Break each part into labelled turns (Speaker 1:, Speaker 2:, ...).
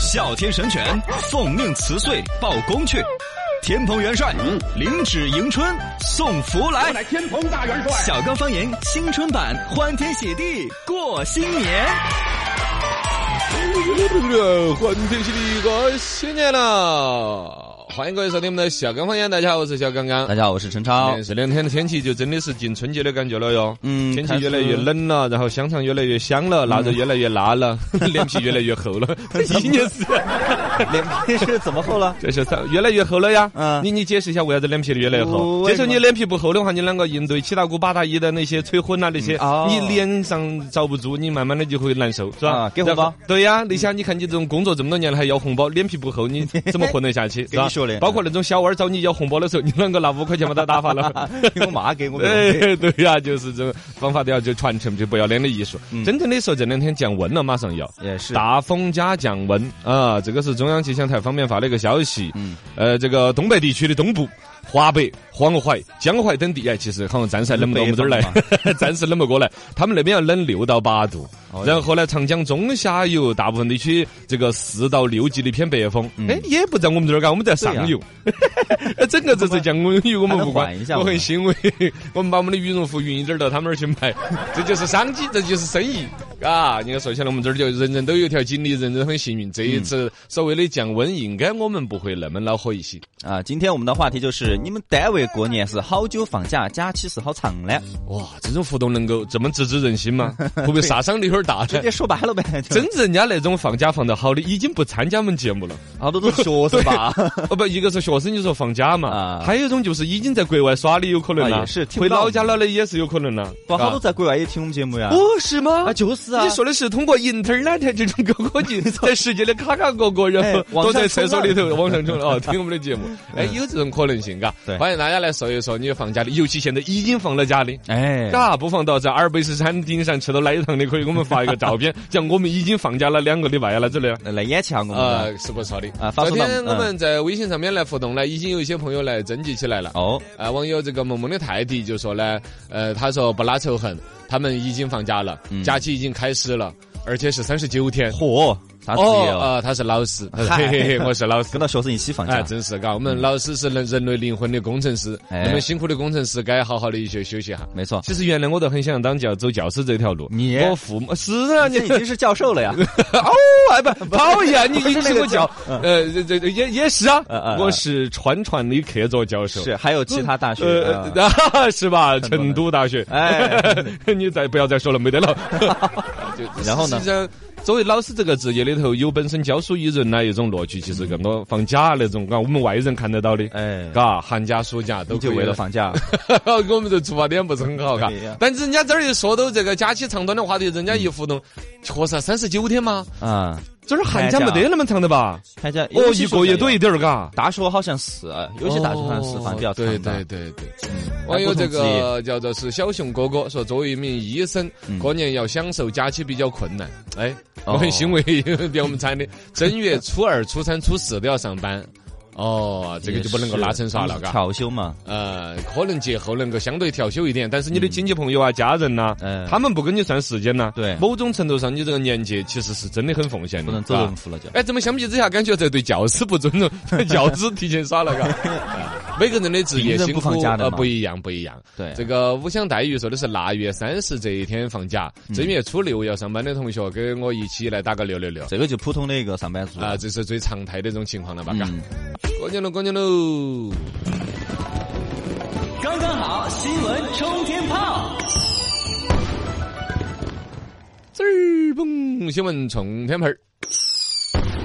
Speaker 1: 哮天神犬奉命辞岁报功去，天蓬元帅领旨迎春送福嗯来。
Speaker 2: 乃天蓬大元帅。
Speaker 1: 小刚方言新春版，欢天喜地过新年。
Speaker 3: 欢天喜地过新年了！欢迎各位收听我们的小刚方言，大家好，我是小刚刚
Speaker 1: 大。哎家好，我是陈超。
Speaker 3: 这两天的天气就真的是进春节的感觉了哟。
Speaker 1: 嗯
Speaker 3: 天气越来越冷了，然后香肠越来越香了，腊肉越来越辣了， 脸皮越来越厚 了。一年是，
Speaker 1: 脸皮是怎么厚了？
Speaker 3: 这是啥越来越厚了呀。
Speaker 1: 嗯
Speaker 3: 你你解释一下为啥子脸皮越来越厚？
Speaker 1: 我
Speaker 3: 这时候你脸皮不厚的话，你啷个应对七大姑八大姨的那些催婚啊那些
Speaker 1: 嗯哦？
Speaker 3: 你脸上遭不住，你慢慢的就会难受，是吧
Speaker 1: 啊？给红包
Speaker 3: 然后。对呀，你想，你看你这种工作这么多年了还要红包，脸皮不厚，你 怎么混得下去？是
Speaker 1: 跟你
Speaker 3: 吧
Speaker 1: 说的？
Speaker 3: 包括那种小娃儿找你要红包的时候，你啷个拿五块钱把他打 发了？
Speaker 1: 我妈 给我的。
Speaker 3: 哎，对呀、就是这种方法都要就传承这不要脸的艺术。
Speaker 1: 嗯
Speaker 3: 真正的说，这两天降温了，马上要。
Speaker 1: 也是
Speaker 3: 大风加降温啊！这个是中央气象台方面发的一个消息。
Speaker 1: 嗯
Speaker 3: 呃，这个东北地区的东部、华北、黄淮、江淮等地，哎，其实好像暂时还冷不到我们这儿来
Speaker 1: 北，
Speaker 3: 暂时冷不过来。他们那边要冷六到八度
Speaker 1: 哦。
Speaker 3: 然后呢，长江中下游大部分地区这个四到六级的偏北风，
Speaker 1: 嗯
Speaker 3: 哎，也不在我们这儿嘎，我们在上游。整哎个这次降温与我们无关
Speaker 1: 还能缓一，下
Speaker 3: 我
Speaker 1: 我
Speaker 3: 很
Speaker 1: 们
Speaker 3: 欣慰。我们把我们的羽绒服运一点儿到他们那儿去卖， 这就是商机，这就是生意啊！你看，说起来我们这儿就人人都有一条锦鲤，人人很幸运。这一
Speaker 1: 嗯
Speaker 3: 次所谓的降温，应该我们不会那么恼火一些。
Speaker 1: 啊，今天我们的话题就是你们单位过年是好久放假，假期是好长呢？
Speaker 3: 哇，这种活动能够这么直指人心 吗？会不会杀伤力有点大
Speaker 1: 直
Speaker 3: 呢
Speaker 1: 接？说白了呗，就
Speaker 3: 真正人家那种放假放得好的，已经不参加我们 节目了。
Speaker 1: 好多都是学生 吧？
Speaker 3: 哦不，一个是学生，你说放假嘛
Speaker 1: 啊，
Speaker 3: 还有一种就是已经在国外耍的，有可能
Speaker 1: 啊
Speaker 3: 啦，
Speaker 1: 也是听
Speaker 3: 回
Speaker 1: 不到
Speaker 3: 老家了的也是有可能啦。
Speaker 1: 哇，好多
Speaker 3: 啊
Speaker 1: 在国外也听我们节目呀。
Speaker 3: 哦，是吗？
Speaker 1: 啊，就是啊，
Speaker 3: 你说的是通过 Internet 这种高科技，在世界的卡卡角角，然
Speaker 1: 哎
Speaker 3: 后
Speaker 1: 网
Speaker 3: 躲
Speaker 1: 上
Speaker 3: 在厕所里头
Speaker 1: 冲嗯
Speaker 3: 网上冲 哦，听我们的节目，哎，有这种可能性，嘎
Speaker 1: 对。
Speaker 3: 欢迎大家来说一说你放假的，尤其现在已经放了假的。
Speaker 1: 哎，
Speaker 3: 嘎，不妨到在阿尔卑斯山顶上吃到奶糖的，可以给我们发一个照片，讲我们已经放假了两个礼拜了之类的。
Speaker 1: 来演起啊，我们的
Speaker 3: 呃，是不错的。
Speaker 1: 啊发
Speaker 3: 昨
Speaker 1: 送到
Speaker 3: 天
Speaker 1: 嗯
Speaker 3: 我们在微信上面来互动呢，已经有一些朋友来征集起来了。
Speaker 1: 哦，
Speaker 3: 啊，网友这个萌萌的泰迪就说呢，呃，他说不拉仇恨，他们已经放假了，
Speaker 1: 嗯
Speaker 3: 假期已经开始了，而且是三十九天。
Speaker 1: 嚯，啥职业
Speaker 3: 哦，
Speaker 1: 哦？
Speaker 3: 呃，他是老师，嘿
Speaker 1: 嗨
Speaker 3: 嘿嘿，我是老 师
Speaker 1: 跟。到学生一起放假
Speaker 3: 哎，，真是嘎！我们老师是人人类灵魂的工程师，
Speaker 1: 哎
Speaker 3: 那么辛苦的工程师该好好的去休息一下。
Speaker 1: 没 错，
Speaker 3: 其实原来我都很想当教走教师这条路，
Speaker 1: 你
Speaker 3: 我父母是啊，你
Speaker 1: 这已经是教授了呀。
Speaker 3: 哦，哎不，讨厌，你引起我叫，呃，这这这也也是啊
Speaker 1: 嗯嗯，嗯
Speaker 3: 我是川传的客座教授，
Speaker 1: 是，啊还有其他大学。
Speaker 3: 呃
Speaker 1: 啊，
Speaker 3: 啊 是吧？成都大学，
Speaker 1: 哎，
Speaker 3: 你再不要再说了，没 得了。 就
Speaker 1: 然后呢
Speaker 3: 实际上，作为老师这个职业里头，有本身教书育人呐一种乐趣，其实更多放假那种，啊嘎，我们外人看得到的，
Speaker 1: 嗯哎，
Speaker 3: 嘎，寒假、暑假都
Speaker 1: 你就
Speaker 3: 可以
Speaker 1: 为了
Speaker 3: 了
Speaker 1: 放假，
Speaker 3: 我们这出发点不是很好，嘎
Speaker 1: 对呀。
Speaker 3: 但是人家这儿一说到这个假期长短的话题，人家一互动，
Speaker 1: 嗯
Speaker 3: 确实三十九天嘛，
Speaker 1: 啊，
Speaker 3: 这儿寒假没得那么长的吧？
Speaker 1: 看一下，
Speaker 3: 哦
Speaker 1: 有，些学
Speaker 3: 一
Speaker 1: 校
Speaker 3: 个月
Speaker 1: 有
Speaker 3: 多一点儿，嘎。哦
Speaker 1: 大学好像是，有些大学好像是放比较长的。
Speaker 3: 对对对对。
Speaker 1: 嗯，
Speaker 3: 网友
Speaker 1: 不同职
Speaker 3: 这
Speaker 1: 业嗯
Speaker 3: 个叫做是小熊哥哥说，作为一名医生，过年要享受假期比较困难。哎，
Speaker 1: 哦
Speaker 3: 我很欣慰， 比我们惨的，正月初二、初三、初四都要上班。哦，这个就不能够拉成耍
Speaker 1: 也
Speaker 3: 了，
Speaker 1: 是
Speaker 3: 嘎。
Speaker 1: 调休嘛，
Speaker 3: 呃，可能节后能够相对调休一点，但是你的亲戚朋友啊、家人呐
Speaker 1: 嗯，
Speaker 3: 他们不跟你算时间呐。
Speaker 1: 对
Speaker 3: 某种程度上，你这个年节其实是真的很奉献的，
Speaker 1: 不能走
Speaker 3: 是吧
Speaker 1: 人服了就。
Speaker 3: 哎，怎么相比之下，感觉这对教师不 尊重，教师提前耍 了嘎。呃每个人的职业
Speaker 1: 名人
Speaker 3: 辛
Speaker 1: 不放
Speaker 3: 苦
Speaker 1: 假的
Speaker 3: 呃
Speaker 1: 嘛
Speaker 3: 不一样，不一样。
Speaker 1: 对啊
Speaker 3: 这个五香黛玉说的是腊月三十这一天放假，
Speaker 1: 嗯
Speaker 3: 正月初六要上班的同学跟我一起来打个六六六。
Speaker 1: 这个就普通的一个上班族
Speaker 3: 啊，这是最常态的一种情况了吧？嘎，
Speaker 1: 嗯
Speaker 3: 过年喽，过年喽！
Speaker 4: 刚刚好，新闻冲天炮。
Speaker 3: 滋儿嘣，新闻冲天炮儿。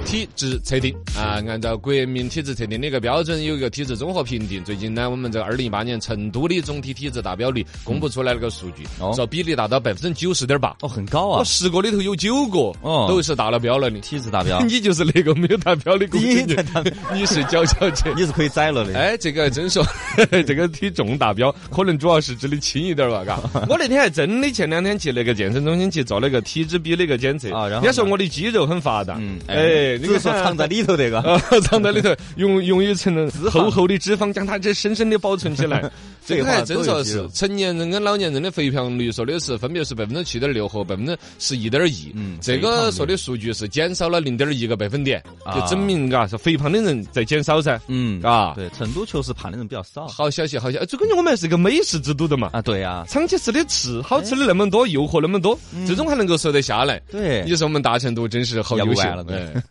Speaker 3: 体质测定啊，按照国民体质测定的一个标准，有一个体质综合评定。最近呢，我们这个二零一八年成都的总体体质达标率公布出来了个数据，
Speaker 1: 嗯哦
Speaker 3: 说比例达到百分之九十点八，
Speaker 1: 哦，很高啊
Speaker 3: 哦，，十个里头有九个
Speaker 1: 哦
Speaker 3: 都是达了标了的。，
Speaker 1: 体质达标
Speaker 3: 你就是那个没有达标的公
Speaker 1: 你
Speaker 3: 斤
Speaker 1: 在那边，
Speaker 3: 你是佼 佼者。
Speaker 1: 你是可以宰了的。
Speaker 3: 哎，这个真说， 这个体重达标，可能主要是指的轻一点儿吧， 嘎。我那天还真的前两天去那个健身中心去做了个体脂比的一个检测，
Speaker 1: 啊然后
Speaker 3: 人家说我的肌肉很发达，
Speaker 1: 嗯，
Speaker 3: 哎，
Speaker 1: 只是说藏在。里头 这个，
Speaker 3: 啊，藏在里头，用用一层厚厚的脂肪将它这深深的保存起来。这个还
Speaker 1: 这
Speaker 3: 真
Speaker 1: 个话
Speaker 3: 说
Speaker 1: 都有肌
Speaker 3: 是
Speaker 1: 肉
Speaker 3: 成年人跟老年人的肥胖率说的是分别是百分之七点六和百分之十一点一。
Speaker 1: 嗯
Speaker 3: 这
Speaker 1: 肥胖
Speaker 3: 个
Speaker 1: 率
Speaker 3: 说的数据是减少了零点一个百分点，
Speaker 1: 啊
Speaker 3: 就证明嘎是肥胖的人在减少噻。
Speaker 1: 嗯
Speaker 3: 啊
Speaker 1: 对，成都确实胖的人比较少
Speaker 3: 好消息，好消息！哎最关键我们还是个美食之都的嘛。
Speaker 1: 啊，对呀，
Speaker 3: 长期吃的吃，好吃的那么多，诱惑那么多，最终还能够瘦得下来。
Speaker 1: 嗯对
Speaker 3: 你说我们大成都真是好
Speaker 1: 要不
Speaker 3: 优秀
Speaker 1: 完了对
Speaker 3: 哎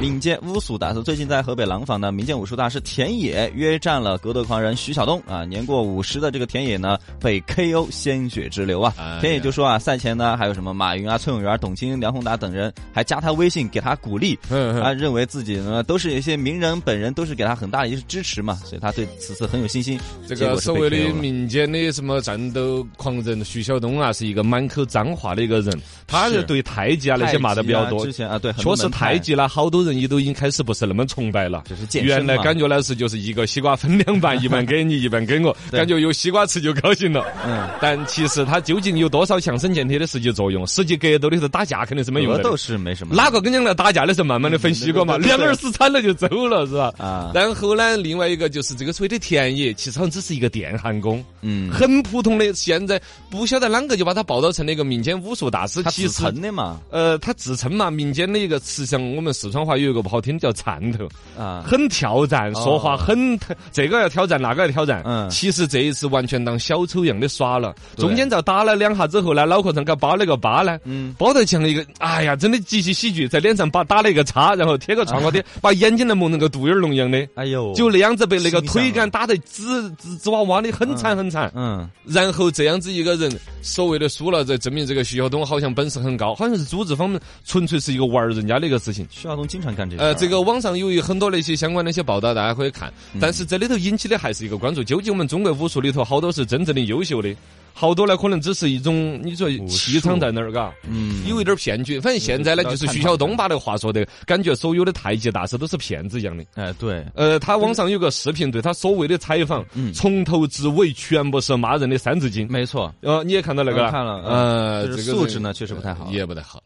Speaker 1: 民间武术大师最近在河北廊坊呢，民间武术大师田野约战了格斗狂人徐晓东啊。年过五十的这个田野呢，被 KO 鲜血直流啊。
Speaker 3: 哎呀
Speaker 1: 田野就说啊，赛前呢还有什么马云啊、崔永元、董卿、梁宏达等人还加他微信给他鼓励。
Speaker 3: 嗯嗯
Speaker 1: 啊，认为自己呢都是一些名人本人都是给他很大的一些支持嘛，所以他对此次很有信心。
Speaker 3: 这
Speaker 1: 结
Speaker 3: 个
Speaker 1: 果是
Speaker 3: 所
Speaker 1: 被
Speaker 3: 谓
Speaker 1: KO
Speaker 3: 的
Speaker 1: 了
Speaker 3: 民间的什么战斗狂人徐晓东啊，是一个满口脏话的一个人，他是
Speaker 1: 是
Speaker 3: 对太极啊那些骂的比较
Speaker 1: 太极啊
Speaker 3: 多
Speaker 1: 之。前啊，对，很
Speaker 3: 确
Speaker 1: 多
Speaker 3: 实，
Speaker 1: 门派
Speaker 3: 太极啦，好多人也都已经开始不是那么崇拜了
Speaker 1: 只是。健身
Speaker 3: 原来
Speaker 1: 嘛
Speaker 3: 感觉呢是就是一个西瓜分两半，一半给你，一半给我，
Speaker 1: 对
Speaker 3: 感觉有西瓜吃就高兴了。
Speaker 1: 嗯
Speaker 3: 但其实它究竟有多少强身健体的实际作用？实际格斗里头打架肯定是没用
Speaker 1: 格
Speaker 3: 的。
Speaker 1: 斗是没什么
Speaker 3: 哪个跟人家打架的时候，慢慢的分析过嘛，
Speaker 1: 嗯对对对
Speaker 3: 两耳死惨了就走了，是吧？
Speaker 1: 啊
Speaker 3: 然后呢，另外一个就是这个所谓的田野，其实好像只是一个电焊工，
Speaker 1: 嗯，
Speaker 3: 很普通的。现在不晓得啷个就把他报道成那个民间武术大师，
Speaker 1: 他
Speaker 3: 其
Speaker 1: 自
Speaker 3: 实
Speaker 1: 成的嘛
Speaker 3: 呃，他自称嘛，民间的一个词，像我们四川话有一个不好听的叫“颤头”，
Speaker 1: 啊，
Speaker 3: 很挑战，说话
Speaker 1: 哦
Speaker 3: 很特这个要挑战，那个要挑战。
Speaker 1: 嗯
Speaker 3: 其实这一次完全当小丑一样的耍了，
Speaker 1: 对
Speaker 3: 中间遭打了两下之后呢，脑壳上给包了个疤呢，
Speaker 1: 嗯
Speaker 3: 包得像一个，哎呀，真的极其喜剧，在脸上把打了一个叉，然后贴个创可 贴，把眼睛呢蒙成个独眼龙一样的。
Speaker 1: 哎呦，
Speaker 3: 就那样子被那个
Speaker 1: 形象
Speaker 3: 推杆打得紫紫紫哇哇的，很惨很惨。
Speaker 1: 嗯，
Speaker 3: 然后这样子一个人所谓的输了，这证明这个徐晓东好像本事很高，好像是组织方面纯粹是一个玩儿人家的一个事情。
Speaker 1: 徐晓东经常干这个事儿，
Speaker 3: 呃，这个网上有一很多的一些相关的一些报道，大家可以看。但是这里头引起的还是一个关注，究竟我们中国武术里头好多是真正的优秀的，好多呢可能只是一种你说气场在那儿，嘎，
Speaker 1: 嗯
Speaker 3: 有一点儿骗局。反正现在呢，就是徐晓东把这个话说的，感觉所有的太极大师都是骗子一样的。
Speaker 1: 哎对，
Speaker 3: 呃，他网上有个视频对他所谓的采访，
Speaker 1: 嗯
Speaker 3: 从头至尾全部是骂人的《三字经》。
Speaker 1: 没错，
Speaker 3: 呃，你也看到那个
Speaker 1: 我嗯看了
Speaker 3: 呃，
Speaker 1: 就是
Speaker 3: 这个
Speaker 1: 素
Speaker 3: 是
Speaker 1: 质呢确实不太好
Speaker 3: 也不太好。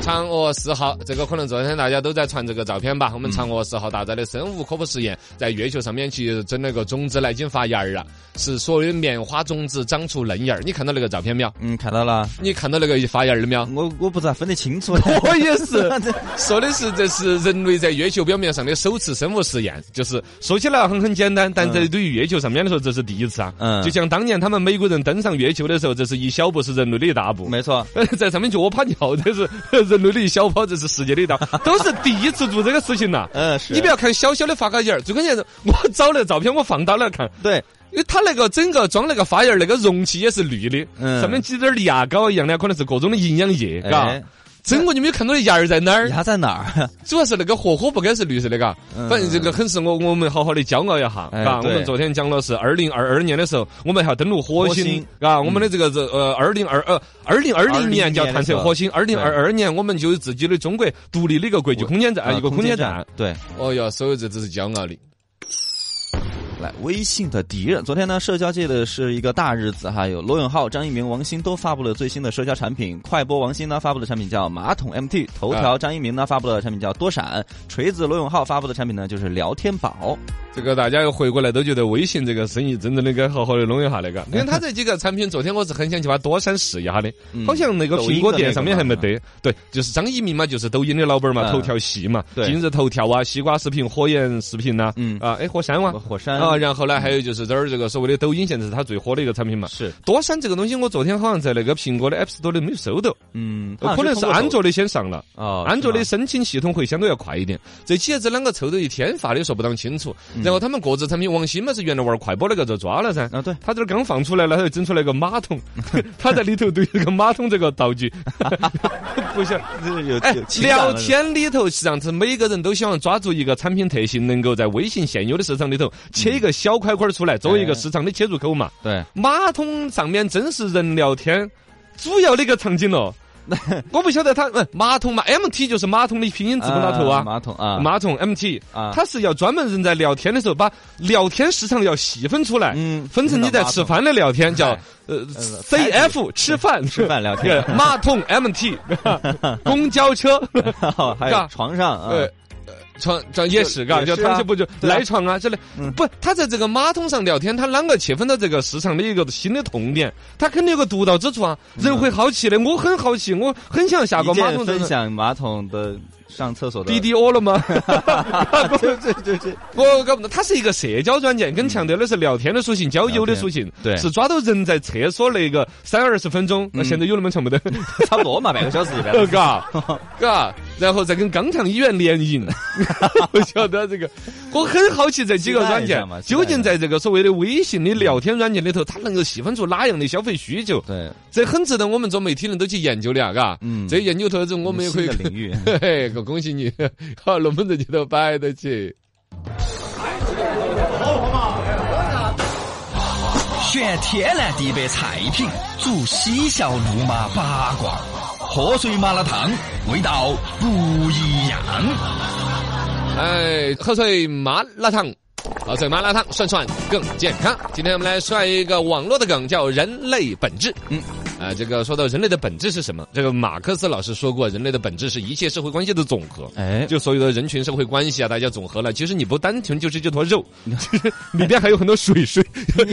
Speaker 3: 嫦娥四号，这个可能昨天大家都在传这个照片
Speaker 1: 嗯
Speaker 3: 吧？我们嫦娥四号大家的生物科普实验，在月球上面去整了个种子来经发芽儿啊，是所谓的棉花种子长出嫩芽儿。你看到那个照片没有？
Speaker 1: 嗯，看到了，
Speaker 3: 你看到那个发芽儿了 没有？
Speaker 1: 我我不咋分得清楚，
Speaker 3: 我也是
Speaker 1: 这
Speaker 3: 说的是这是人类在月球表面上的首次生物实验，就是说起来很很简单，但这对于月球上面来说，这是第一次啊。
Speaker 1: 嗯
Speaker 3: 就像当年他们美国人登上月球的时候，这是一小步是人类的一大步。
Speaker 1: 没错，
Speaker 3: 呃 在上面脚趴尿，这是 人类的一小跑，这是世界的一大，都是第一次做这个事情呐。
Speaker 1: 嗯 是，
Speaker 3: 你不要看小小的发个芽儿，最关键是我找了照片，我放大了看，
Speaker 1: 对，
Speaker 3: 因为它那个整个装那个发芽儿那个容器也是绿的，
Speaker 1: 嗯
Speaker 3: 上面挤点儿牙膏一样的，可能是各种的营养液，嘎、
Speaker 1: 哎，
Speaker 3: 整个就没有看到芽儿在哪儿。
Speaker 1: 牙在哪儿？
Speaker 3: 主要是那个火火不该是绿色的，嘎，
Speaker 1: 嗯
Speaker 3: 反正这个很是我我们好好的骄傲一下，
Speaker 1: 哎
Speaker 3: 嘎。我
Speaker 1: 对
Speaker 3: 们昨天讲了是二零二二年的时候，我们还要登陆火
Speaker 1: 火
Speaker 3: 星
Speaker 1: 星，
Speaker 3: 嘎。我们的这个这呃二零二呃二零二零
Speaker 1: 2020
Speaker 3: 年就要探测火星，二零二二
Speaker 1: 对
Speaker 3: 年我们就有自己的中国独立的一个国际空 间站，啊一个空间站。，
Speaker 1: 对。
Speaker 3: 哦哟，所有这都是骄傲的。
Speaker 1: 来，微信的敌人。昨天呢，社交界的是一个大日子哈，有罗永浩、张一鸣、王兴都发布了最新的社交产品。快播王兴呢发布的产品叫马桶 MT，头
Speaker 3: 啊
Speaker 1: 条张一鸣呢发布的产品叫多闪，锤子罗永浩发布的产品呢就是聊天宝。
Speaker 3: 这个大家又回过来都觉得微信这个生意真正的该好好的弄一下那个，因为它这几个产 品，昨天我是很想去把多山试一下的，
Speaker 1: 嗯
Speaker 3: 好像那个苹果店上面还没
Speaker 1: 抖
Speaker 3: 得。对，就是张一鸣嘛，就是抖音的老板
Speaker 1: 嗯
Speaker 3: 嘛，头条系嘛，
Speaker 1: 对
Speaker 3: 今日头条啊，西瓜视频、火焰视频呐，
Speaker 1: 嗯
Speaker 3: 啊，哎，火山哇。
Speaker 1: 火山
Speaker 3: 啊，然后呢，还有就是这儿这个所谓的抖音，现在是它最火的一个产品嘛。
Speaker 1: 是，
Speaker 3: 多山这个东西，我昨天好像在那个苹果的 App Store 里没有搜到，
Speaker 1: 嗯，
Speaker 3: 可能哦是安
Speaker 1: 卓
Speaker 3: 卓的先上了。
Speaker 1: 哦，
Speaker 3: 安卓
Speaker 1: 是
Speaker 3: 的
Speaker 1: 吗
Speaker 3: 申请系统会相对要快一点。这几爷子啷个凑到一天发的，说不当清楚。
Speaker 1: 嗯
Speaker 3: 然后他们各自产品，王兴嘛是原来玩快播那个就抓了噻。
Speaker 1: 啊对，
Speaker 3: 他这儿刚放出来了，他就整出来个 马桶，他在里头对这个马桶这个道具，不行。
Speaker 1: 这有
Speaker 3: 哎
Speaker 1: 有，情感了
Speaker 3: 聊天里头实际上是每个人都希望抓住一个产品特性，能够在微信现有的市场里头切一个小块块出来，作为一个市场的切入口嘛。
Speaker 1: 对，
Speaker 3: 马桶上面真是人聊 天主要的一个场景了。我不晓得他，嗯，马桶嘛，MT 就是马桶的拼音字母打头啊，
Speaker 1: 马桶啊，
Speaker 3: 马桶 MT，
Speaker 1: 啊
Speaker 3: 它是要专门人在聊天的时候把聊天时长要细分出来，
Speaker 1: 嗯
Speaker 3: 分成你在吃饭的聊天叫呃 CF 吃饭
Speaker 1: 哎吃 饭哎聊天
Speaker 3: 马桶 MT，公交车，
Speaker 1: 还
Speaker 3: 嘎
Speaker 1: 有床上啊，
Speaker 3: 呃，床床也是，嘎，
Speaker 1: 也
Speaker 3: 就是
Speaker 1: 啊
Speaker 3: 躺起不就
Speaker 1: 对啊
Speaker 3: 赖床啊之类
Speaker 1: 嗯。
Speaker 3: 不，他在这个马桶上聊天，他啷个切分到这个市场的一个新的痛点？他肯定有个独到之处啊，人会好奇的。我很好奇，我很想下个
Speaker 1: 嗯一
Speaker 3: 马
Speaker 1: 键
Speaker 3: 桶
Speaker 1: 分享马桶的上厕所的啊
Speaker 3: BDO 了吗？
Speaker 1: 对对对对，
Speaker 3: 我搞不懂，它是一个社交软件，更强调的是聊天的属性、交友的属性，
Speaker 1: 对嗯
Speaker 3: 是抓到人在厕所那个三二十分钟，那现在有那么长不得？
Speaker 1: 差不多嘛，半个小时 一般。
Speaker 3: 嘎嘎，然后再跟肛肠医院联营， 我晓得这个，我很好奇这几个软
Speaker 1: 期待一
Speaker 3: 件
Speaker 1: 下嘛期待一
Speaker 3: 究
Speaker 1: 下
Speaker 3: 竟在这个所谓的微信的聊天软件里头，它能够细分出哪样的消费需求，
Speaker 1: 对，
Speaker 3: 这很值得我们做媒体人都去研究的啊，嘎，
Speaker 1: 嗯
Speaker 3: 这研究头子我们也可以
Speaker 1: 新的领域。
Speaker 3: 嘿嘿，我恭喜你， 好，龙门阵就都摆得起。
Speaker 4: 选天南地北菜品，煮嬉笑怒骂八卦，喝水麻辣烫，味道不一样。
Speaker 3: 哎，喝水麻辣烫，喝水麻辣烫，涮涮更健康。今天我们来涮一个网络的梗，叫“人类本质”。嗯。啊，这个说到人类的本质是什么？这个马克思老师说过，人类的本质是一切社会关系的总和。
Speaker 1: 哎，
Speaker 3: 就所有的人群社会关系啊，大家总和了。其实你不单纯就是这坨肉， 其实里边还有很多水水，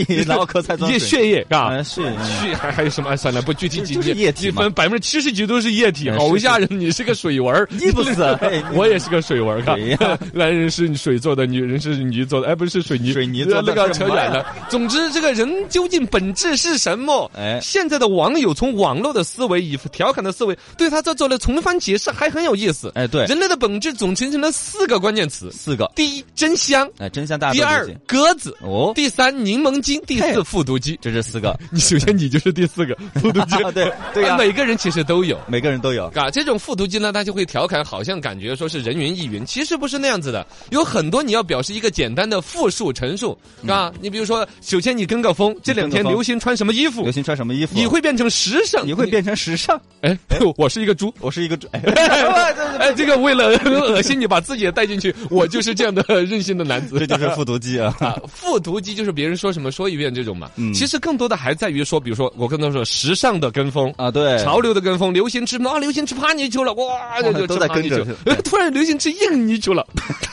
Speaker 1: 你脑壳才
Speaker 3: 一
Speaker 1: 装
Speaker 3: 些
Speaker 1: 水
Speaker 3: 血液，嘎、
Speaker 1: 啊是嗯
Speaker 3: 去还还有什么？哎算了，不具体几
Speaker 1: 就是液体
Speaker 3: 一
Speaker 1: 嘛
Speaker 3: 分百分之七十几都是液体，
Speaker 1: 嗯
Speaker 3: 好
Speaker 1: 是
Speaker 3: 吓人！你是个水纹儿，
Speaker 1: 你不是哎你
Speaker 3: 我也是个水纹儿，
Speaker 1: 对呀
Speaker 3: 看，男人是水做的，女人是泥做的，哎，不是水泥，
Speaker 1: 水泥做的
Speaker 3: 那个
Speaker 1: 是
Speaker 3: 扯
Speaker 1: 吗
Speaker 3: 远了。总之，这个人究竟本质是什么？
Speaker 1: 哎
Speaker 3: 现在的网友从网络的思维以调侃的思维，对他这做了重翻解释，还很有意思。
Speaker 1: 哎对
Speaker 3: 人类的本质总形成了四个关键词：
Speaker 1: 四个，
Speaker 3: 第一，真香；
Speaker 1: 哎，真相大
Speaker 3: 第
Speaker 1: 白
Speaker 3: 二，鸽子；
Speaker 1: 哦，
Speaker 3: 第三，柠檬精；第
Speaker 1: 嘿
Speaker 3: 四，复读机。
Speaker 1: 这是四个，
Speaker 3: 你首先你就是 第四个复读机，
Speaker 1: 对对呀
Speaker 3: 啊每个人其实都有。
Speaker 1: 每个人都有。
Speaker 3: 啊，这种复读机呢，他就会调侃，好像感觉说是人云亦云，其实不是那样子的。有很多你要表示一个简单的复述陈述，啊，你比如说，首先你跟个风，这两
Speaker 1: 嗯跟
Speaker 3: 天
Speaker 1: 个风
Speaker 3: 流行穿什么衣服
Speaker 1: 流，行穿什么衣服？
Speaker 3: 你会变成时尚，
Speaker 1: 你会，变成时尚？
Speaker 3: 哎， 我是一个猪。
Speaker 1: 我是一个主，哎
Speaker 3: 哎，这个为了 恶心你，把自己也带进去，我就是这样的任性的男子。
Speaker 1: 这就是复读机啊！
Speaker 3: 啊，复读机就是别人说什么说一遍这种嘛。
Speaker 1: 嗯
Speaker 3: 其实更多的还在于说，比如说我跟他说时尚的跟风
Speaker 1: 啊，对，
Speaker 3: 潮流的跟风，流行吃啊，流行吃趴泥鳅了，哇，就就
Speaker 1: 都
Speaker 3: 吃
Speaker 1: 在
Speaker 3: 趴泥
Speaker 1: 跟
Speaker 3: 鳅
Speaker 1: 着
Speaker 3: 哎突然流行吃硬泥鳅了，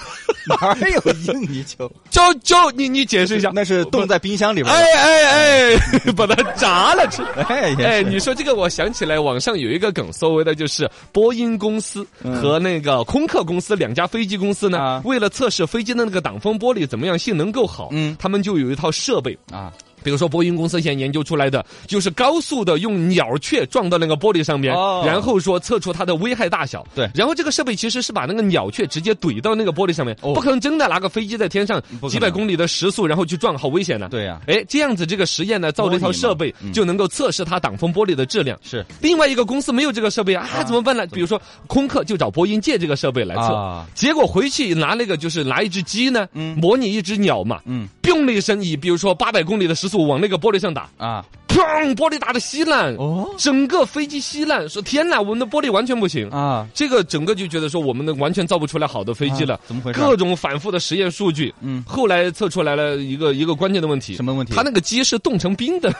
Speaker 1: 哪儿有硬泥 鳅？
Speaker 3: 就就你你解释一下，
Speaker 1: 那是冻在冰箱里边
Speaker 3: 哎
Speaker 1: 的。
Speaker 3: 哎哎， 把它炸了 吃。
Speaker 1: 哎
Speaker 3: 哎，
Speaker 1: 也是
Speaker 3: 你说这个，我想起来，网上有一个梗，所谓的就是波音公司和那个空客公司两家飞机公司呢
Speaker 1: 嗯啊，
Speaker 3: 为了测试飞机的那个挡风玻璃怎么样性能够好，
Speaker 1: 嗯
Speaker 3: 他们就有一套设备，
Speaker 1: 啊，
Speaker 3: 比如说波音公司现在研究出来的，就是高速的用鸟雀撞到那个玻璃上面，
Speaker 1: 哦
Speaker 3: 然后说测出它的危害大小。
Speaker 1: 对
Speaker 3: 然后这个设备其实是把那个鸟雀直接怼到那个玻璃上面，
Speaker 1: 哦
Speaker 3: 不可能真的拿个飞机在天上
Speaker 1: 不可能
Speaker 3: 几百公里的时速然后去撞，好危险呐、
Speaker 1: 对呀
Speaker 3: 哎，这样子这个实验呢，造了一套设备
Speaker 1: 模拟嘛嗯
Speaker 3: 就能够测试它挡风玻璃的质量。
Speaker 1: 是
Speaker 3: 另外一个公司没有这个设备啊，
Speaker 1: 啊
Speaker 3: 怎么办呢？比如说空客就找波音借这个设备来测，
Speaker 1: 啊
Speaker 3: 结果回去拿那个就是拿一只鸡呢，
Speaker 1: 嗯
Speaker 3: 模拟一只鸟嘛，
Speaker 1: 嗯
Speaker 3: 砰的一声，以比如说八百公里的时速往那个玻璃上打，
Speaker 1: 啊，
Speaker 3: 砰，玻璃打的稀烂，
Speaker 1: 哦
Speaker 3: 整个飞机稀烂，说天哪，我们的玻璃完全不行。
Speaker 1: 啊，
Speaker 3: 这个整个就觉得说我们的完全造不出来好的飞机了，
Speaker 1: 啊怎么回事
Speaker 3: 各种反复的实验数据，
Speaker 1: 嗯
Speaker 3: 后来测出来了一个一个关键的问题，
Speaker 1: 什么问题
Speaker 3: 它那个鸡是冻成冰的，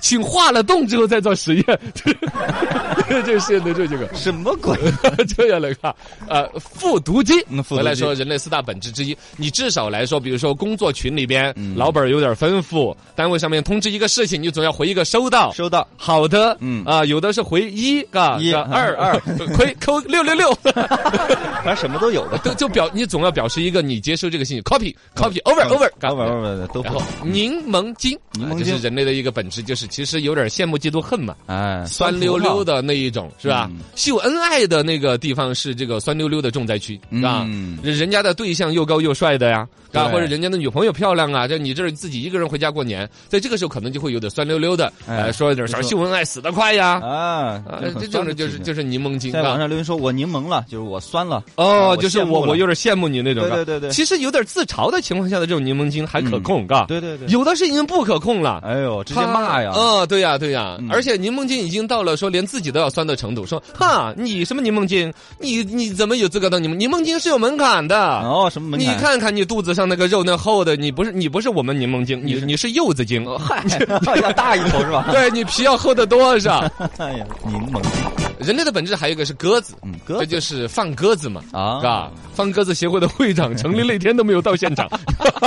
Speaker 3: 请化了冻之后再做实验，这个实验得出这个。
Speaker 1: 什么鬼？
Speaker 3: 这样来看，呃，复读机，
Speaker 1: 嗯复读机
Speaker 3: 回来说人类四大本质之一，你至少来说，比如说工作群里边，
Speaker 1: 嗯
Speaker 3: 老板有点吩咐，单位上面通知一个事情，你总要回一个收到。
Speaker 1: 收到，
Speaker 3: 好的，
Speaker 1: 嗯
Speaker 3: 嗯啊、有的是回一，嘎，
Speaker 1: 一
Speaker 3: 嘎
Speaker 1: 嗯
Speaker 3: 二
Speaker 1: 二
Speaker 3: 亏扣六六六，
Speaker 1: 反正什么都有吧。
Speaker 3: 都就表你总要表示一个你接受这个信息，copy copy over over，
Speaker 1: 啊不不不不都
Speaker 3: 然
Speaker 1: 不
Speaker 3: 后柠檬精，
Speaker 1: 柠
Speaker 3: 啊
Speaker 1: 檬
Speaker 3: 这
Speaker 1: 精
Speaker 3: 是人类的一个本质，就是其实有点羡慕嫉妒恨嘛。
Speaker 1: 哎，
Speaker 3: 酸溜溜
Speaker 1: 的，
Speaker 3: 的那一种是吧？
Speaker 1: 嗯
Speaker 3: 秀恩爱的那个地方是这个酸溜溜的重灾区，是吧？
Speaker 1: 嗯
Speaker 3: 人家的对象又高又帅的呀，啊，
Speaker 1: 对
Speaker 3: 或者人家的女朋友漂亮啊，这你这儿自己一个人回家过年，在这个时候可能就会有点酸溜溜的，
Speaker 1: 哎
Speaker 3: 呃，说点啥
Speaker 1: 没错
Speaker 3: 秀恩爱死得快呀。
Speaker 1: 啊，
Speaker 3: 啊，
Speaker 1: 很
Speaker 3: 这
Speaker 1: 酸
Speaker 3: 种
Speaker 1: 的
Speaker 3: 人就是
Speaker 1: 体
Speaker 3: 就
Speaker 1: 型
Speaker 3: 是柠檬精
Speaker 1: 在网
Speaker 3: 啊，
Speaker 1: 上留言说我柠檬了，就是我酸了。啊
Speaker 3: 哦，
Speaker 1: 我
Speaker 3: 就是
Speaker 1: 羡慕
Speaker 3: 我我
Speaker 1: 了
Speaker 3: 有点羡慕你那种，
Speaker 1: 对
Speaker 3: 嘎
Speaker 1: 对对对
Speaker 3: 其实有点自嘲的情况下的这种柠檬精还可控，嘎，
Speaker 1: 对对对，
Speaker 3: 有的是已经不可控了，
Speaker 1: 哎呦，直接骂呀！
Speaker 3: 嗯、对呀、对呀、
Speaker 1: 嗯
Speaker 3: 而且柠檬精已经到了说连自己都要酸的程度，说哈，你什么柠檬精？你你怎么有资格当柠檬？柠檬精是有门槛的。
Speaker 1: 哦，什么门
Speaker 3: 呃你
Speaker 1: 槛？
Speaker 3: 看看你肚子上那个肉那厚的，你不是你不是我们柠檬精，
Speaker 1: 嗯
Speaker 3: 你你是柚 子精，
Speaker 1: 嗨，要大一头是吧？
Speaker 3: 对你皮要厚得多是吧？
Speaker 1: 哎呀，柠檬精
Speaker 3: 人类的本质还有一个是鸽子，
Speaker 1: 嗯，鸽
Speaker 3: 这
Speaker 1: 子
Speaker 3: 就是放鸽子嘛，
Speaker 1: 啊
Speaker 3: 是吧？放鸽子协会的会长成立那天都没有到 现场，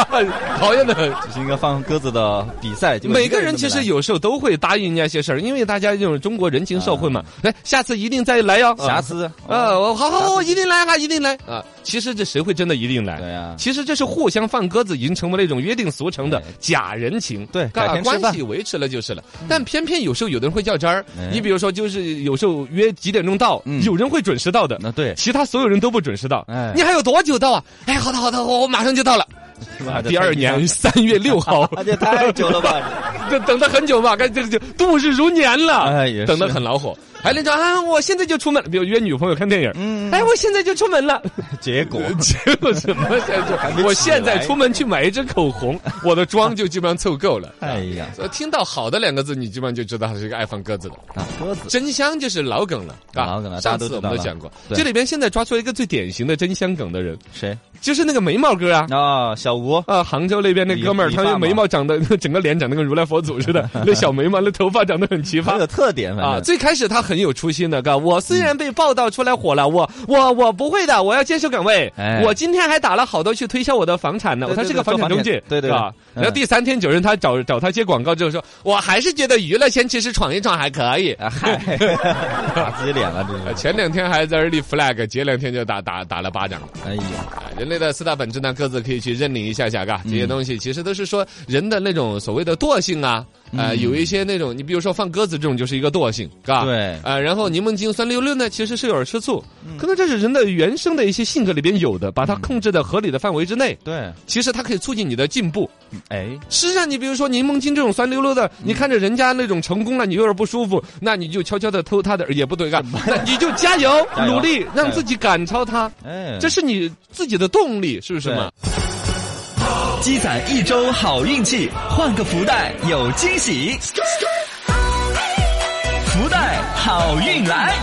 Speaker 3: 讨厌的很。
Speaker 1: 这是一个放鸽子的比赛，结果
Speaker 3: 每
Speaker 1: 一
Speaker 3: 个人
Speaker 1: 都
Speaker 3: 其
Speaker 1: 没
Speaker 3: 实
Speaker 1: 来
Speaker 3: 有时候都会答应人家一些事儿，因为大家这种中国人情社会嘛。
Speaker 1: 啊
Speaker 3: 来，下次一定再来 哟。
Speaker 1: 瑕疵哦
Speaker 3: 啊，我好好，好我一定来哈，一定来啊！其实这谁会真的一定来？
Speaker 1: 对啊
Speaker 3: 其实这是互相放鸽子，已经成为了一种约定俗成的
Speaker 1: 哎
Speaker 3: 假人情。
Speaker 1: 对改
Speaker 3: 啊
Speaker 1: 天吃
Speaker 3: 关
Speaker 1: 饭嗯
Speaker 3: 系维持了就是了。但偏偏有时候有的人会较真儿
Speaker 1: 哎，
Speaker 3: 你比如说就是有时候约几点钟到
Speaker 1: 嗯，
Speaker 3: 有人会准时到的，
Speaker 1: 那对，
Speaker 3: 其他所有人都不准时到
Speaker 1: 哎。
Speaker 3: 你还有多久到啊？哎，好的好的，我我马上就到了。
Speaker 1: 是吧
Speaker 3: 啊第二年，三月六号，
Speaker 1: 那这太久了吧？
Speaker 3: 这等得很久吧，该这个就度日如年了，
Speaker 1: 哎也是
Speaker 3: 等得很恼火。还有那种啊，我现在就出门了，比如约女朋友看电影，
Speaker 1: 嗯
Speaker 3: 哎，我现在就出门了，
Speaker 1: 结果
Speaker 3: 结果什么叫
Speaker 1: 没
Speaker 3: 做？
Speaker 1: 起
Speaker 3: 我现在
Speaker 1: 来
Speaker 3: 出门去买一支 口红，我的妆就基本上凑够了。
Speaker 1: 哎呀，
Speaker 3: 所以听到“好的”两个字，你基本上就知道他是一个爱放鸽子的。
Speaker 1: 那鸽子
Speaker 3: 真香就是老梗了，啊
Speaker 1: 老梗了大家
Speaker 3: 上
Speaker 1: 都
Speaker 3: 次我
Speaker 1: 知道
Speaker 3: 们都
Speaker 1: 了
Speaker 3: 讲过，
Speaker 1: 对
Speaker 3: 这里边现在抓出了一个最典型的真香梗的人，
Speaker 1: 谁
Speaker 3: 就是那个眉毛哥啊。
Speaker 1: 啊？小吴
Speaker 3: 啊，杭州那边那哥们儿，
Speaker 1: 理
Speaker 3: 他
Speaker 1: 理发
Speaker 3: 那
Speaker 1: 嘛
Speaker 3: 眉毛长得 整个脸长得跟如来佛祖似 的，那小眉毛、那头发长得很奇
Speaker 1: 很
Speaker 3: 葩
Speaker 1: 有。特点，
Speaker 3: 啊，
Speaker 1: 反正
Speaker 3: 最开始他很有初心的，哥，我虽然被报道出来火了，我我我不会的，我要坚守岗位。
Speaker 1: 哎
Speaker 3: 我今天还打了好多去推销我的房产呢，
Speaker 1: 对对
Speaker 3: 他是个
Speaker 1: 对
Speaker 3: 房产中介，
Speaker 1: 做房产对对嗯
Speaker 3: 是吧？
Speaker 1: 对
Speaker 3: 然后第三天有人他找找他接广告之后说，我还是觉得娱乐圈其实闯一闯还可以。
Speaker 1: 啊 嗨，打自己脸了，这是。
Speaker 3: 前两天还在这儿立 flag，前两天就打打打了巴掌了。
Speaker 1: 哎呀，
Speaker 3: 啊人类的四大本质呢，各自可以去认领一下下，嘎，
Speaker 1: 嗯
Speaker 3: 这些东西其实都是说人的那种所谓的惰性啊，呃，有一些那种，你比如说放鸽子这种就是一个惰性，嘎，
Speaker 1: 嗯对嗯
Speaker 3: 啊，然后柠檬精酸溜溜呢，其实是有点吃醋，可能这是人的原生的一些性格里边有的，把它控制在合理的范围之内，
Speaker 1: 对，
Speaker 3: 其实它可以促进你的进步。
Speaker 1: 哎，
Speaker 3: 是啊，你比如说柠檬精这种酸溜溜的，
Speaker 1: 嗯
Speaker 3: 你看着人家那种成功了，你有点不舒服，那你就悄悄的偷他的，也不对干，那你就加油
Speaker 1: 加油
Speaker 3: 努力，
Speaker 1: 加
Speaker 3: 让
Speaker 1: 油
Speaker 3: 自己赶超他。
Speaker 1: 哎，
Speaker 3: 这是你自己的动力，是不是嘛？
Speaker 4: 积攒一周好运气，换个福袋有惊喜。福袋好运来。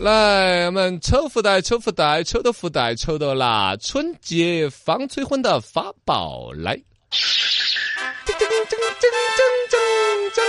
Speaker 3: 来，我们抽福袋，抽福袋，抽到福袋，抽到啦！春节防催婚的法宝来！叮叮叮叮叮叮叮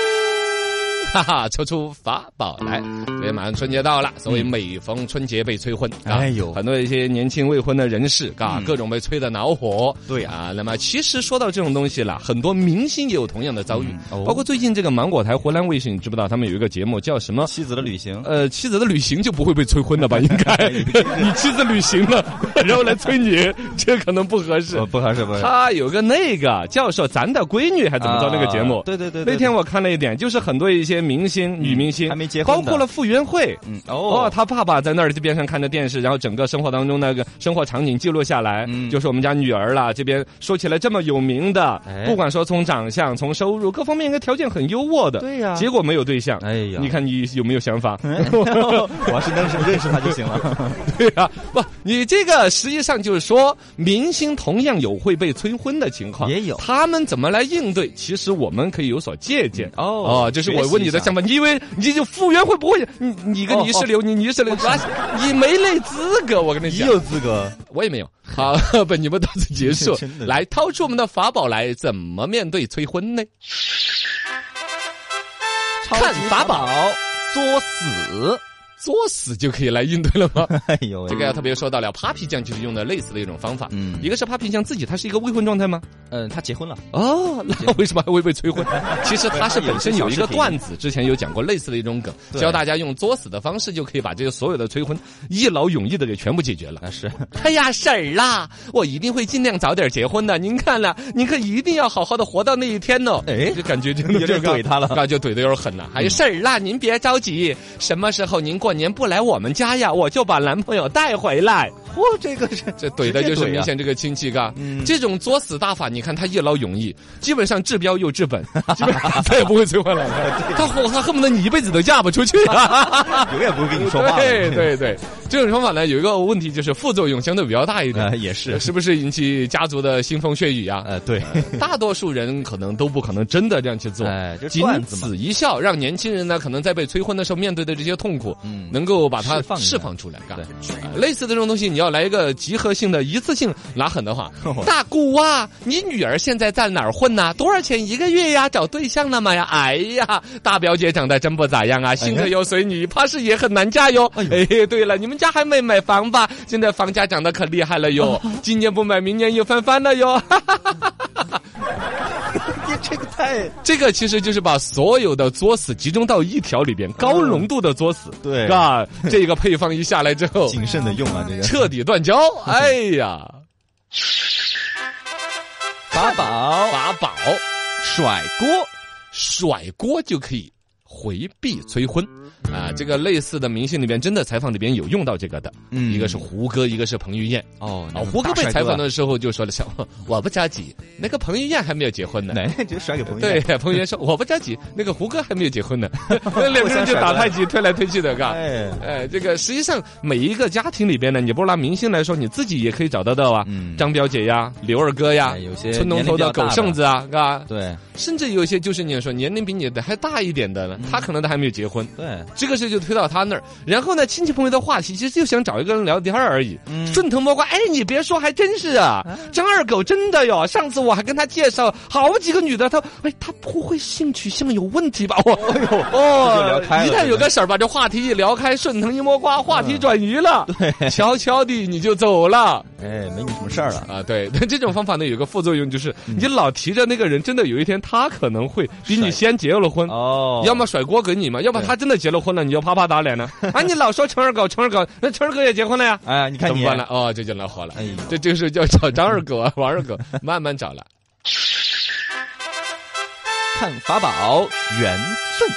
Speaker 3: 哈哈，抽出法宝来！所以马上春节到了，所谓每逢春节被催婚，啊
Speaker 1: 哎呦
Speaker 3: 很多一些年轻未婚的人士，啊，各种被催得恼火。
Speaker 1: 对啊
Speaker 3: 啊，那么其实说到这种东西啦，很多明星也有同样的遭遇，
Speaker 1: 哦
Speaker 3: 包括最近这个芒果台湖南卫视，你知不知道他们有一个节目叫什么？
Speaker 1: 妻子的旅行，
Speaker 3: 呃，妻子的旅行就不会被催婚 了吧？应该，你妻子旅行了，然后来催你，这可能不合适
Speaker 1: 呃，。不合适，不合适。
Speaker 3: 他有个那个教授，咱的闺女还怎么着那个节目
Speaker 1: 啊？对对对对嗯
Speaker 3: 那天我看了一点，就是很多一些明星、女明星
Speaker 1: 还没结婚
Speaker 3: 包
Speaker 1: 的
Speaker 3: 括了傅园慧。
Speaker 1: 嗯，
Speaker 3: 哦，
Speaker 1: 哦，
Speaker 3: 他爸爸在那儿这边上看着电视，然后整个生活当中那个生活场景记录下来，
Speaker 1: 嗯
Speaker 3: 就是我们家女儿啦。这边说起来这么有名的，
Speaker 1: 哎
Speaker 3: 不管说从长相、从收入各方面，应该条件很优渥的，
Speaker 1: 对呀
Speaker 3: 结果没有对象。
Speaker 1: 哎呀嗯
Speaker 3: 你看你有没有想法？
Speaker 1: 我要是能认识他就行 了。
Speaker 3: 对啊，不，你这个实际上就是说，明星同样有会被催婚的情况，
Speaker 1: 也有
Speaker 3: 他们怎么来应对？其实我们可以有所借鉴。
Speaker 1: 嗯哦
Speaker 3: 哦，这是我问你的想法。你以为你就复原会不会？你你个
Speaker 1: 哦
Speaker 3: 泥石流，你泥石流，那你没那资格。我跟你
Speaker 1: 你
Speaker 3: 讲，
Speaker 1: 有资格？。
Speaker 3: 我也没有。好，本节目到此结束
Speaker 1: 真的
Speaker 3: 来，掏出我们的法宝来，怎么面对催婚呢？看法宝，
Speaker 1: 作死！
Speaker 3: 作死就可以来应对了吗？
Speaker 1: 哎呦喂，
Speaker 3: 这个要特别说到了，Papi 酱就是用的类似的一种方法。
Speaker 1: 嗯
Speaker 3: 一个是 Papi 酱自己，它是一个未婚状态吗？
Speaker 1: 嗯，他结婚了，
Speaker 3: 哦， 那为什么还会被催婚？其实它 是
Speaker 1: 对它有
Speaker 3: 本身有一
Speaker 1: 小
Speaker 3: 个
Speaker 1: 视频
Speaker 3: 段子，之前有讲过类似的一种梗，
Speaker 1: 对
Speaker 3: 教大家用作死的方式就可以把这个所有的催婚一劳永逸的给全部解决了。
Speaker 1: 那是
Speaker 3: 哎呀，婶儿啦，我一定会尽量早点结婚的。您看了，您可一定要好好的活到那一天哦。
Speaker 1: 哎
Speaker 3: 就感觉真的
Speaker 1: 有点
Speaker 3: 就
Speaker 1: 怼他了嗯
Speaker 3: 那就怼的有点狠了。还有婶儿啦，您别着急，什么时候您过年不来我们家呀，我就把男朋友带回来。
Speaker 1: 嚯，这个 是
Speaker 3: 这怼的就是明
Speaker 1: 啊
Speaker 3: 显这个亲戚嘎，
Speaker 1: 嗯
Speaker 3: 这种作死大法，你看他一劳永逸，基本上治标又 治本，基本上再也不会催婚了。他火，他恨不得你一辈子都嫁不出去、
Speaker 1: 永远不会跟你 说话了。
Speaker 3: 对对对，这种方法呢，有一个问题就是副作用相对比较大一
Speaker 1: 呃，
Speaker 3: 点，
Speaker 1: 也是，
Speaker 3: 是不是引起家族的腥风血雨啊？
Speaker 1: 呃，对，
Speaker 3: 大多数人可能都不可能真的这样去做，
Speaker 1: 哎就是
Speaker 3: 仅
Speaker 1: 段子嘛
Speaker 3: 此一笑，让年轻人呢可能在被催婚的时候面对的这些痛苦，
Speaker 1: 嗯
Speaker 3: 能够把它
Speaker 1: 释放一下
Speaker 3: 释放出来，嘎
Speaker 1: 对。，
Speaker 3: 呃类似的这种东西，你要来一个集合性的、一次性拉狠的话 大姑啊，你女儿现在在哪儿混呐、多少钱一个月呀？找对象了吗呀？哎呀，大表姐长得真不咋样啊，性格又随你，怕是也很难嫁哟。
Speaker 1: 哎
Speaker 3: 哎
Speaker 1: 呦
Speaker 3: 对了，你们家还没买房吧？现在房价涨得可厉害了哟，
Speaker 1: 哦
Speaker 3: 今年不买，明年又翻番了哟。
Speaker 1: 你这个太
Speaker 3: 这个其实就是把所有的作死集中到一条里边，高浓度的作死，
Speaker 1: 对
Speaker 3: 啊，这个配方一下来之 后，
Speaker 1: 谨慎的用啊，这个
Speaker 3: 彻底断交。哎呀，
Speaker 1: 法宝
Speaker 3: 法宝
Speaker 1: 甩锅。
Speaker 3: 甩锅就可以回避催婚
Speaker 1: 嗯
Speaker 3: 啊！这个类似的明星里边，真的采访里边有用到这个的，
Speaker 1: 嗯
Speaker 3: 一个是胡歌，一个是彭于晏。
Speaker 1: 哦
Speaker 3: 啊，胡歌被采访
Speaker 1: 的，
Speaker 3: 的时候就说了：“像我不着急，那个彭于晏还没有结婚呢。”
Speaker 1: 哪直接哎甩给朋友？
Speaker 3: 对，，彭于晏说：“我不着急，那个胡歌还没有结婚呢。”那两个人就打太极，推来推去的，嘎。
Speaker 1: 哎，
Speaker 3: 哎，这个实际上每一个家庭里边呢，你不拿明星来说，你自己也可以找得到啊，
Speaker 1: 嗯
Speaker 3: 张表姐呀、刘二哥呀，
Speaker 1: 哎有些
Speaker 3: 村东
Speaker 1: 年龄
Speaker 3: 头的
Speaker 1: 比较大
Speaker 3: 狗
Speaker 1: 的
Speaker 3: 剩子啊，啊，
Speaker 1: 对
Speaker 3: 甚至有一些就是你说年龄比你的还大一点的
Speaker 1: 嗯
Speaker 3: 呢，他可能都还没有结婚。
Speaker 1: 对，
Speaker 3: 这个事就推到他那儿，然后呢，亲戚朋友的话题其实就想找一个人聊天而已，
Speaker 1: 嗯
Speaker 3: 顺藤摸瓜。哎，你别说，还真是啊，张二狗真的哟。上次我还跟他介绍好几个女的，他哎，他不会性取向有问题吧？我哎呦
Speaker 1: 这就聊开了
Speaker 3: 哦，一旦有
Speaker 1: 这
Speaker 3: 个事儿，把这话题一聊开，顺藤一摸瓜，话题转移了，
Speaker 1: 嗯
Speaker 3: 悄悄地你就走了
Speaker 1: 哎，没你什么事儿了。
Speaker 3: 啊。对， 但这种方法呢，有个副作用就是，
Speaker 1: 嗯
Speaker 3: 你老提着那个人，真的有一天他可能会比
Speaker 1: 甩
Speaker 3: 你先结了婚
Speaker 1: 哦，
Speaker 3: 要么甩锅给你嘛，要不他真的结了婚了，你就啪啪打 脸呢。啊，你老说陈二狗，陈二狗，那陈二狗也结婚了呀？
Speaker 1: 哎，你看
Speaker 3: 怎
Speaker 1: 你
Speaker 3: 么办呢？哦，这就恼火了
Speaker 1: 哎呦。
Speaker 3: 这就是叫找 张二狗啊，王二狗，慢慢找了。
Speaker 1: 看法宝缘分，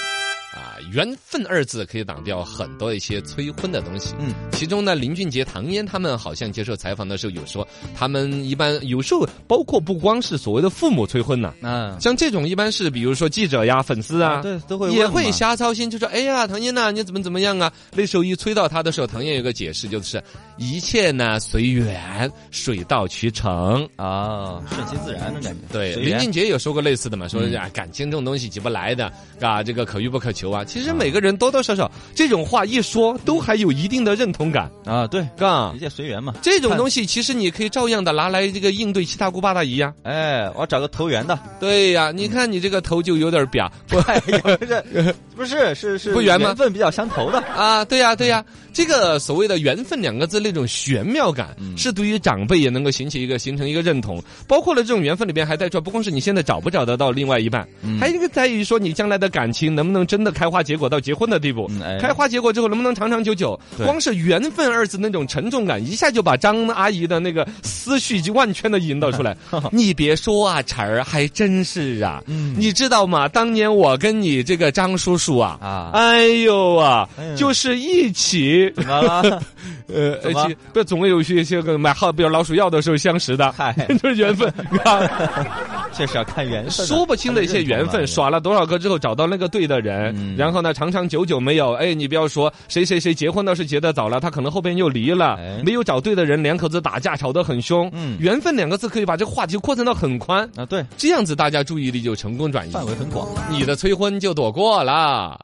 Speaker 3: 啊，缘分二字可以挡掉很多一些催婚的东西。
Speaker 1: 嗯
Speaker 3: 嗯，其中呢，林俊杰、唐嫣他们好像接受采访的时候有说，他们一般有时候包括不光是所谓的父母催婚呐、
Speaker 1: 嗯，
Speaker 3: 像这种一般是比如说记者呀、粉丝啊，
Speaker 1: 对，都会
Speaker 3: 也
Speaker 1: 问
Speaker 3: 会
Speaker 1: 嘛
Speaker 3: 瞎操心，就说哎呀，唐嫣呐、你怎么怎么样啊？那时候一催到她的时候，唐嫣有个解释，就是一切呢随缘，水到渠成。
Speaker 1: 啊，顺其自然的感觉。
Speaker 3: 对，
Speaker 1: 随
Speaker 3: 林
Speaker 1: 缘
Speaker 3: 俊杰有说过类似的嘛，说
Speaker 1: 嗯
Speaker 3: 啊，感情这种东西急不来的，啊，这个可遇不可求啊。其实每个人多多少少这种话一说，都还有一定的认同感，
Speaker 1: 啊，对，
Speaker 3: 啊
Speaker 1: 一。切随缘嘛。
Speaker 3: 这种东西其实你可以照样的拿来这个应对七大姑八大姨啊嗯呀、
Speaker 1: 哎，我找个投缘 的。
Speaker 3: 对呀、你看你这个头就有点 瘪，不
Speaker 1: 哎呀，不是，不是，是是
Speaker 3: 不缘吗
Speaker 1: 缘分比较相投的。
Speaker 3: 啊，对呀、对呀、这个所谓的缘分两个字那种玄妙感，
Speaker 1: 嗯
Speaker 3: 是对于长辈也能够形起一个形成一个认同，包括了这种缘分里边还带出来，不光是你现在找不找得到另外一半，
Speaker 1: 嗯
Speaker 3: 还有一个在于说你将来的感情能不能真的开花结果到结婚的地步。
Speaker 1: 嗯哎
Speaker 3: 开花结果之后能不能长长久久？
Speaker 1: 对
Speaker 3: 光是缘分二字那种沉重感，一下就把张阿姨的那个思绪就万圈的引导 出来。你别说啊，晨儿还真是啊，
Speaker 1: 嗯
Speaker 3: 你知道吗？当年我跟你这个张叔叔啊，
Speaker 1: 啊
Speaker 3: 哎呦啊，
Speaker 1: 哎呦
Speaker 3: 就是 一起，
Speaker 1: 怎么了？
Speaker 3: 呃，
Speaker 1: 怎
Speaker 3: 而
Speaker 1: 么
Speaker 3: 且不总有一些些个买好，比如老鼠药的时候相识的，
Speaker 1: 嗨
Speaker 3: 就是缘 分，啊
Speaker 1: 这是要看缘分的，啊
Speaker 3: 说不清的一些缘分，
Speaker 1: 爽。
Speaker 3: 耍了多少个之后找到那个对的
Speaker 1: 嗯
Speaker 3: 人，然后呢，长长久久没有，哎，你不要说谁谁谁结婚倒是结得早了，他可能后边又离了
Speaker 1: 哎，
Speaker 3: 没有找对的人，两口子打架吵得很凶
Speaker 1: 嗯，
Speaker 3: 缘分两个字可以把这个话题扩散到很宽，
Speaker 1: 啊，对，
Speaker 3: 这样子大家注意力就成功转移，
Speaker 1: 范围很广。
Speaker 3: 你的催婚就躲过了。